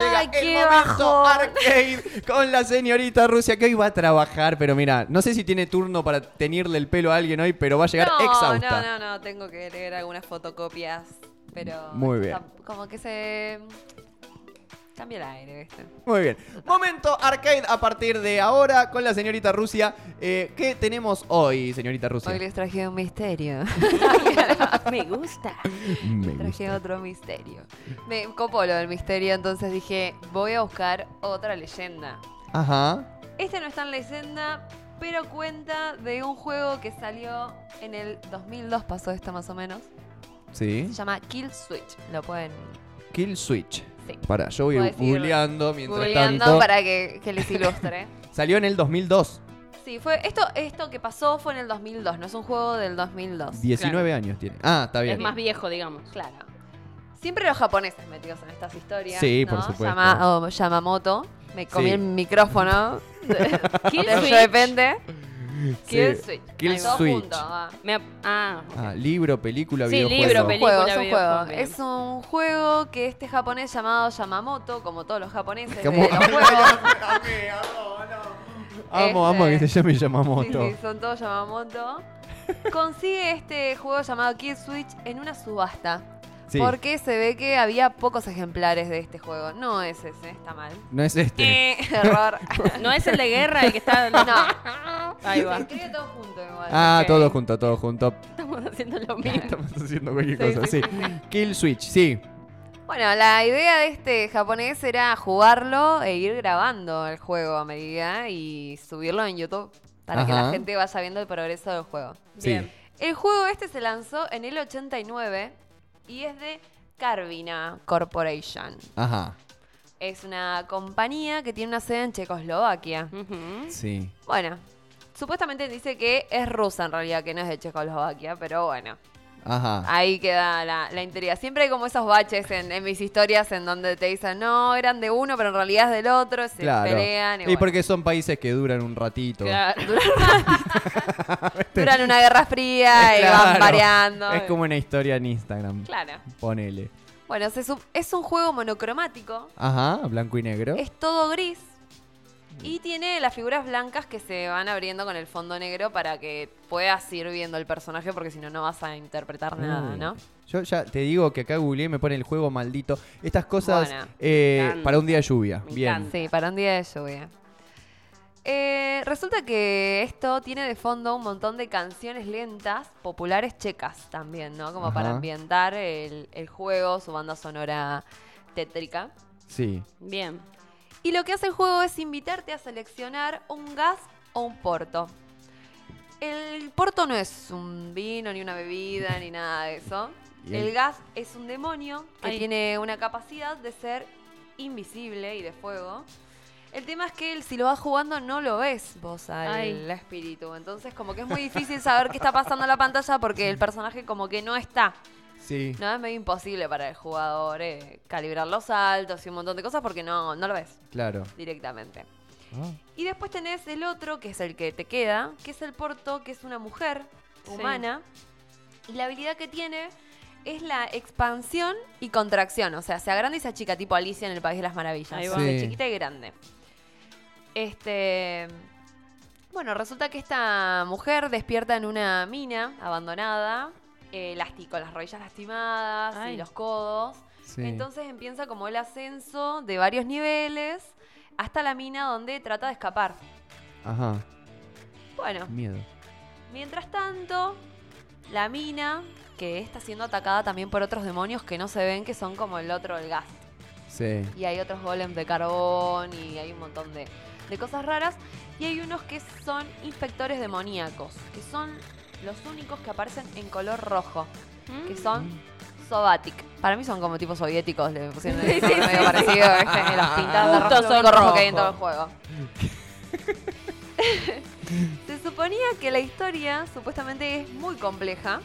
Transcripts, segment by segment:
Llega Ay, el qué momento bajón. arcade con la señorita Rusia que hoy va a trabajar, pero mira, no sé si tiene turno para tenerle el pelo a alguien hoy, pero va a llegar no, exhausta. No, no, no, tengo que leer algunas fotocopias, pero... Muy bien. tam- Como que se... Cambia el aire, ¿viste? Muy bien. Momento arcade a partir de ahora con la señorita Rusia. Eh, ¿Qué tenemos hoy, señorita Rusia? Hoy les traje un misterio. Me gusta. Me traje otro misterio. Me copó lo del misterio, entonces dije, voy a buscar otra leyenda. Ajá. Este no está en leyenda, pero cuenta de un juego que salió en el 2002, pasó esta más o menos. Sí. Se llama Kill Switch. Lo pueden Kill Switch. Sí. Para, yo voy Puedes ir googleando mientras googleando tanto. para que, que les ilustre. Salió en el 2002. Sí, fue esto, esto que pasó fue en el 2002, no es un juego del 2002. 19 años tiene. Ah, está bien. Es más viejo, digamos. Claro. Siempre los japoneses metidos en estas historias. Sí, ¿no? por supuesto. Yama- o Yamamoto. Me comí Sí. el micrófono. De, Kill de Switch. repente. Sí. Kill Switch. Kill Ahí va. Todo Switch. junto, va. Me ap- ah, Ah, libro, película, Sí, videojuego. libro, Es un película. juego, es un videojuego, juego. bien. Es un juego que este japonés llamado Yamamoto, como todos los japoneses Como- de los juegos, Amo, amo que Este. se llame sí, Yamamoto. sí, son todos Yamamoto, consigue este juego llamado Kid Switch en una subasta. Sí. Porque se ve que había pocos ejemplares de este juego. No es ese, está mal. No es este. Eh, error. no es el de guerra el que está. No, Ahí va. se escribe todo junto igual. Ah, ok. todo junto, todo junto. Estamos haciendo lo mismo. Estamos haciendo cualquier Sí, cosa, sí. sí, Kill Switch, sí. Bueno, la idea de este japonés era jugarlo e ir grabando el juego a medida y subirlo en YouTube para que Ajá. la gente vaya viendo el progreso del juego. Bien. El juego este se lanzó en el 89 y es de Carvina Corporation. Sí. Ajá. Es una compañía que tiene una sede en Checoslovaquia. Ujú. Sí. Bueno, supuestamente dice que es rusa en realidad, que no es de Checoslovaquia, pero bueno. Ajá. Ahí queda la, la intriga. Siempre hay como esos baches en, en mis historias en donde te dicen, no, eran de uno, pero en realidad es del otro, se Claro. pelean. Y, Y bueno, porque son países que duran un ratito. Claro. duran una guerra fría y van Claro. variando. Es como una historia en Instagram. Claro. Ponele. Bueno, se sup- es un juego monocromático, Ajá, blanco y negro. es todo gris y tiene las figuras blancas que se van abriendo con el fondo negro para que puedas ir viendo el personaje porque si no, no vas a interpretar nada, Uy. ¿no? Yo ya te digo que acá googleé y me pone el juego maldito. Estas cosas Bueno, eh, encanta. para un día de lluvia. Me Bien. encanta. Sí, para un día de lluvia. Eh, resulta que esto tiene de fondo un montón de canciones lentas, populares checas también, ¿no? Como para Ajá. ambientar el, el juego, su banda sonora tétrica. Sí. Bien. Y lo que hace el juego es invitarte a seleccionar un gas o un porto. El porto no es un vino, ni una bebida, ni nada de eso. Y el- El gas es un demonio que Ay. tiene una capacidad de ser invisible y de fuego. El tema es que él, si lo vas jugando no lo ves vos al Ay. espíritu. Entonces como que es muy difícil saber qué está pasando en la pantalla porque el personaje como que no está. Sí. No es medio imposible para el jugador eh, calibrar los saltos y un montón de cosas porque no, no lo ves Claro. directamente. Ah, Y después tenés el otro, que es el que te queda, que es el Porto, que es una mujer Sí. humana. Y la habilidad que tiene es la expansión y contracción. O sea, se agranda y se achica, tipo Alicia en el País de las Maravillas. Ahí va. Se Sí. chiquita y grande. Este. Bueno, resulta que esta mujer despierta en una mina abandonada, eh, lasti- con las rodillas lastimadas Ay. y los codos. sí. Entonces empieza como el ascenso de varios niveles hasta la mina donde trata de escapar. Ajá. Bueno, Miedo. mientras tanto, la mina, que está siendo atacada también por otros demonios que no se ven, que son como el otro, el gas. Sí. Y hay otros golems de carbón y hay un montón de, de cosas raras. Y hay unos que son inspectores demoníacos, que son los únicos que aparecen en color rojo, que Mm. son Sovatic. Para mí son como tipo soviéticos, le pusieron el nombre medio parecido, ¿viste? Que los pintaron de rojo, Justo es el único son rojo que hay en todo rojo. el juego. Se suponía que la historia supuestamente es muy compleja,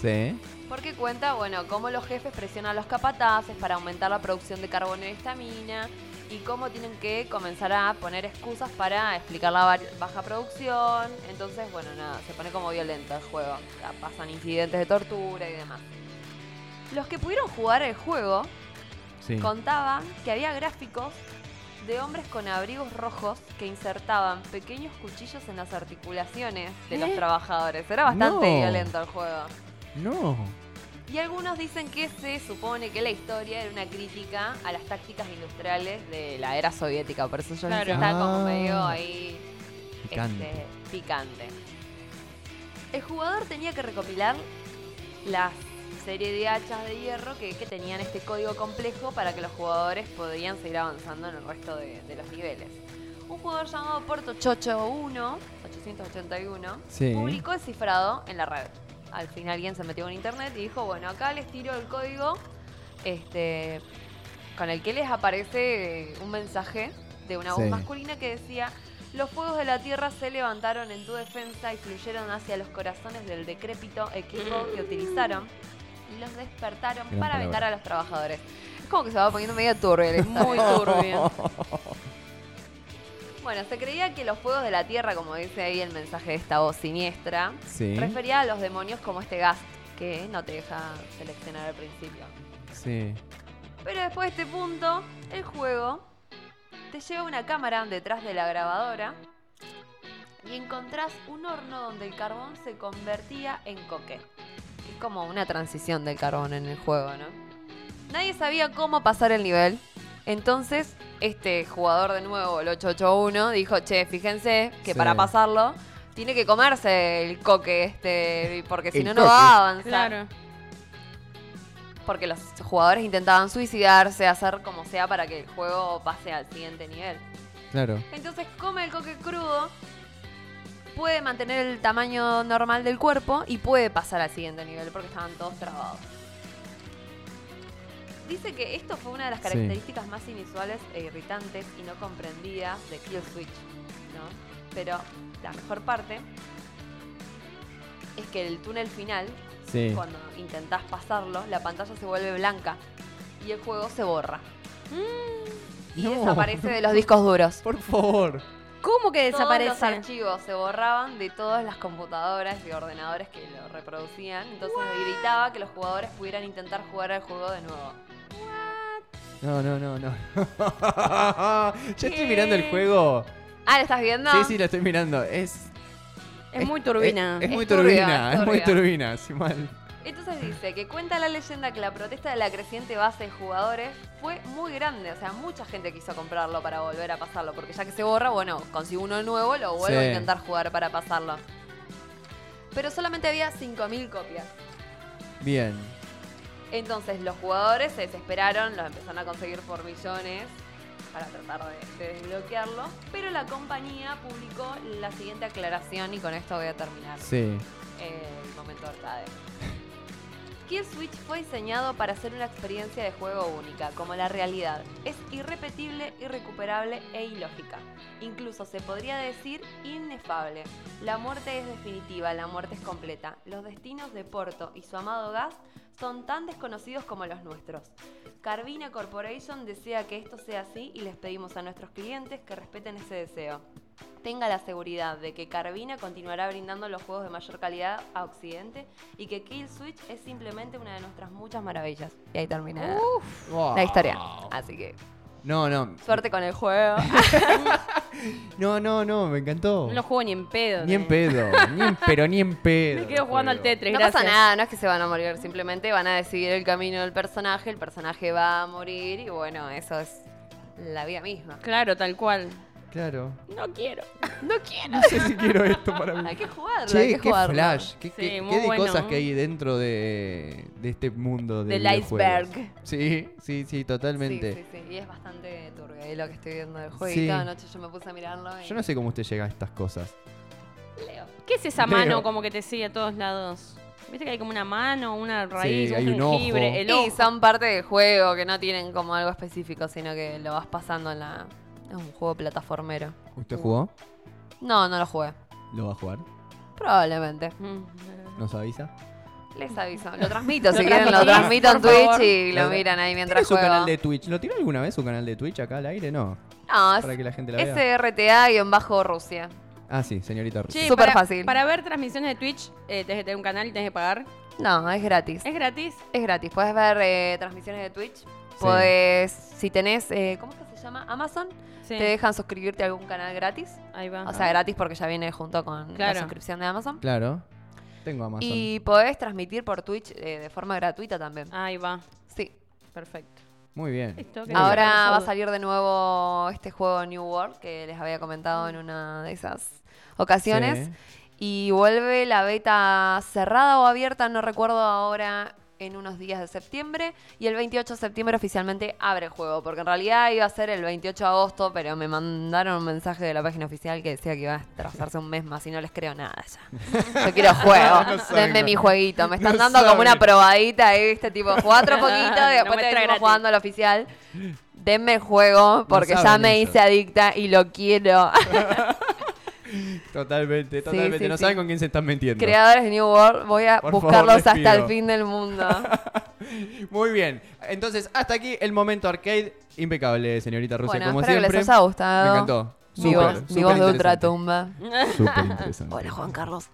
Sí. porque cuenta, bueno, cómo los jefes presionan a los capataces para aumentar la producción de carbono y estamina y cómo tienen que comenzar a poner excusas para explicar la va- baja producción. Entonces, bueno, nada, se pone como violento el juego. Ya Pasan incidentes de tortura y demás. Los que pudieron jugar el juego Sí. contaban que había gráficos de hombres con abrigos rojos que insertaban pequeños cuchillos en las articulaciones de los ¿Eh? trabajadores. Era bastante No. violento el juego. No. Y algunos dicen que se supone que la historia era una crítica a las tácticas industriales de la era soviética. Por eso yo les Claro. estaba como Ah. medio ahí Picante. este, picante. El jugador tenía que recopilar la serie de hachas de hierro que, que tenían este código complejo para que los jugadores podían seguir avanzando en el resto de, de los niveles. Un jugador llamado Porto Chocho 1, 881, Sí. publicó el cifrado en la red. Al fin alguien se metió en internet y dijo, bueno, acá les tiro el código este, con el que les aparece eh, un mensaje de una voz Sí. masculina que decía, los fuegos de la tierra se levantaron en tu defensa y fluyeron hacia los corazones del decrépito equipo que utilizaron y los despertaron Gran para palabra. vengar a los trabajadores. Es como que se va poniendo medio turbio. el Mm. estado. Muy turbio. bueno, se creía que los fuegos de la tierra, como dice ahí el mensaje de esta voz siniestra, Sí. refería a los demonios como este gas que no te deja seleccionar al principio. Sí. Pero después de este punto, el juego te lleva una cámara detrás de la grabadora y encontrás un horno donde el carbón se convertía en coque. Es como una transición del carbón en el juego, ¿no? Nadie sabía cómo pasar el nivel. Entonces, este jugador de nuevo, el 881, dijo, che, fíjense que Sí. para pasarlo tiene que comerse el coque este, porque si El no, no va a avanzar Claro. porque los jugadores intentaban suicidarse, hacer como sea para que el juego pase al siguiente nivel. Claro. Entonces come el coque crudo, puede mantener el tamaño normal del cuerpo y puede pasar al siguiente nivel porque estaban todos trabados. Dice que esto fue una de las Sí. características más inusuales e irritantes y no comprendidas de Kill Switch, ¿no? Pero la mejor parte es que el túnel final Sí. cuando intentás pasarlo, la pantalla se vuelve blanca y el juego se borra. Y No. desaparece de los discos duros. Por favor. ¿Cómo que Todos los desaparece? archivos se borraban de todas las computadoras y ordenadores que lo reproducían. Entonces evitaba que los jugadores pudieran intentar jugar al juego de nuevo. No, no, no, no. Yo estoy mirando el ¿Qué? juego. Ah, ¿lo estás viendo? Sí, sí, lo estoy mirando. Es. Es muy turbina. Es, Es es muy turbia, turbina, es es muy turbia. turbina, sí, mal. Entonces dice que cuenta la leyenda que la protesta de la creciente base de jugadores fue muy grande. O sea, mucha gente quiso comprarlo para volver a pasarlo. Porque ya que se borra, bueno, consigo uno nuevo, lo vuelvo Sí. a intentar jugar para pasarlo. Pero solamente había 5.000 copias. Bien. Entonces los jugadores se desesperaron, los empezaron a conseguir por millones para tratar de, de desbloquearlo. Pero la compañía publicó la siguiente aclaración y con esto voy a terminar Sí. el momento arcade. Kill Switch fue diseñado para ser una experiencia de juego única, como la realidad. Es irrepetible, irrecuperable e ilógica. Incluso se podría decir inefable. La muerte es definitiva, la muerte es completa. Los destinos de Porto y su amado Gas son tan desconocidos como los nuestros. Carvina Corporation desea que esto sea así y les pedimos a nuestros clientes que respeten ese deseo tenga la seguridad de que Carvina continuará brindando los juegos de mayor calidad a Occidente y que Kill Switch es simplemente una de nuestras muchas maravillas. Y ahí termina la historia. Así que No, no. suerte con el juego. No, no, no, me encantó. No lo juego ni en pedo. Ni en eh. pedo, ni en, pero ni en pedo. Me quedo jugando al juego. Tetris, no gracias. pasa nada, no es que se van a morir, simplemente van a decidir el camino del personaje, el personaje va a morir y bueno, eso es la vida misma. Claro, tal cual. Claro. No quiero. No sé si quiero esto para mí. Hay que jugarlo, hay Che, que qué jugarlo. flash. Qué, Sí, qué- muy qué de bueno. cosas que hay dentro de, de este mundo de Del videojuegos. iceberg. Sí, sí, sí, Sí, totalmente. sí, sí, y es bastante turbio ahí lo que estoy viendo del juego Sí. y cada noche yo me puse a mirarlo y Yo no sé cómo usted llega a estas cosas. leo. ¿Qué es esa Leo. mano como que te sigue a todos lados? Viste que hay como una mano, una raíz, hay un un ojo. jengibre, el Sí, ojo. son parte del juego, que no tienen como algo específico, sino que lo vas pasando en la... Es un juego plataformero. ¿Usted jugó? No, no lo jugué. ¿Lo va a jugar? Probablemente. Mm. ¿Nos avisa? Les aviso. Lo transmito, Lo si quieren, lo transmitís, transmito en por Twitch favor. y lo Lo- miran ahí ¿Tiene mientras su juego. canal de Twitch? ¿Lo tiró alguna vez su canal de Twitch acá al aire? No. No, Para que la gente la vea. es SRTA-Rusia. Ah, sí, señorita Rusia. Che, Súper para- fácil. Para ver transmisiones de Twitch, eh, tenés que tener un canal y tenés que pagar. No, es gratis. ¿Es gratis? Es gratis. Puedes ver eh, transmisiones de Twitch. Podés, si tenés, eh, ¿cómo es que se llama? Amazon. Sí. Te dejan suscribirte a algún canal gratis. Ahí va. O sea, gratis porque ya viene junto con Claro. la suscripción de Amazon. Claro. Tengo Amazon. Y podés transmitir por Twitch eh, de forma gratuita también. Ahí va. Sí. Perfecto. Muy bien. Listo, Muy Ah, Bien. Ahora Vamos a va a ver. salir de nuevo este juego New World que les había comentado en una de esas ocasiones. Sí. Y vuelve la beta cerrada o abierta, no recuerdo ahora, en unos días de septiembre. Y el 28 de septiembre oficialmente abre el juego, porque en realidad iba a ser el 28 de agosto, pero me mandaron un mensaje de la página oficial que decía que iba a trazarse un mes más y no les creo nada ya. Yo quiero juego, No saben, denme no. mi jueguito. Me están No dando como una saben. probadita ahí, viste, tipo, jugá otro poquito y Una después muestra te venimos gratis. jugando al oficial. Denme el juego, porque ya saben me ellos. hice adicta y lo quiero. Totalmente, Sí, totalmente. sí, no sí. saben con quién se están mintiendo. Creadores de New World, voy a Por favor, buscarlos les hasta el pido. fin del mundo. Muy bien. Entonces, hasta aquí el momento arcade. Impecable, señorita Rusia, bueno, como espero siempre. que les haya gustado. Me encantó. Mi Súper, voz, mi súper voz de interesante. ultratumba. Súper interesante. Hola, Juan Carlos.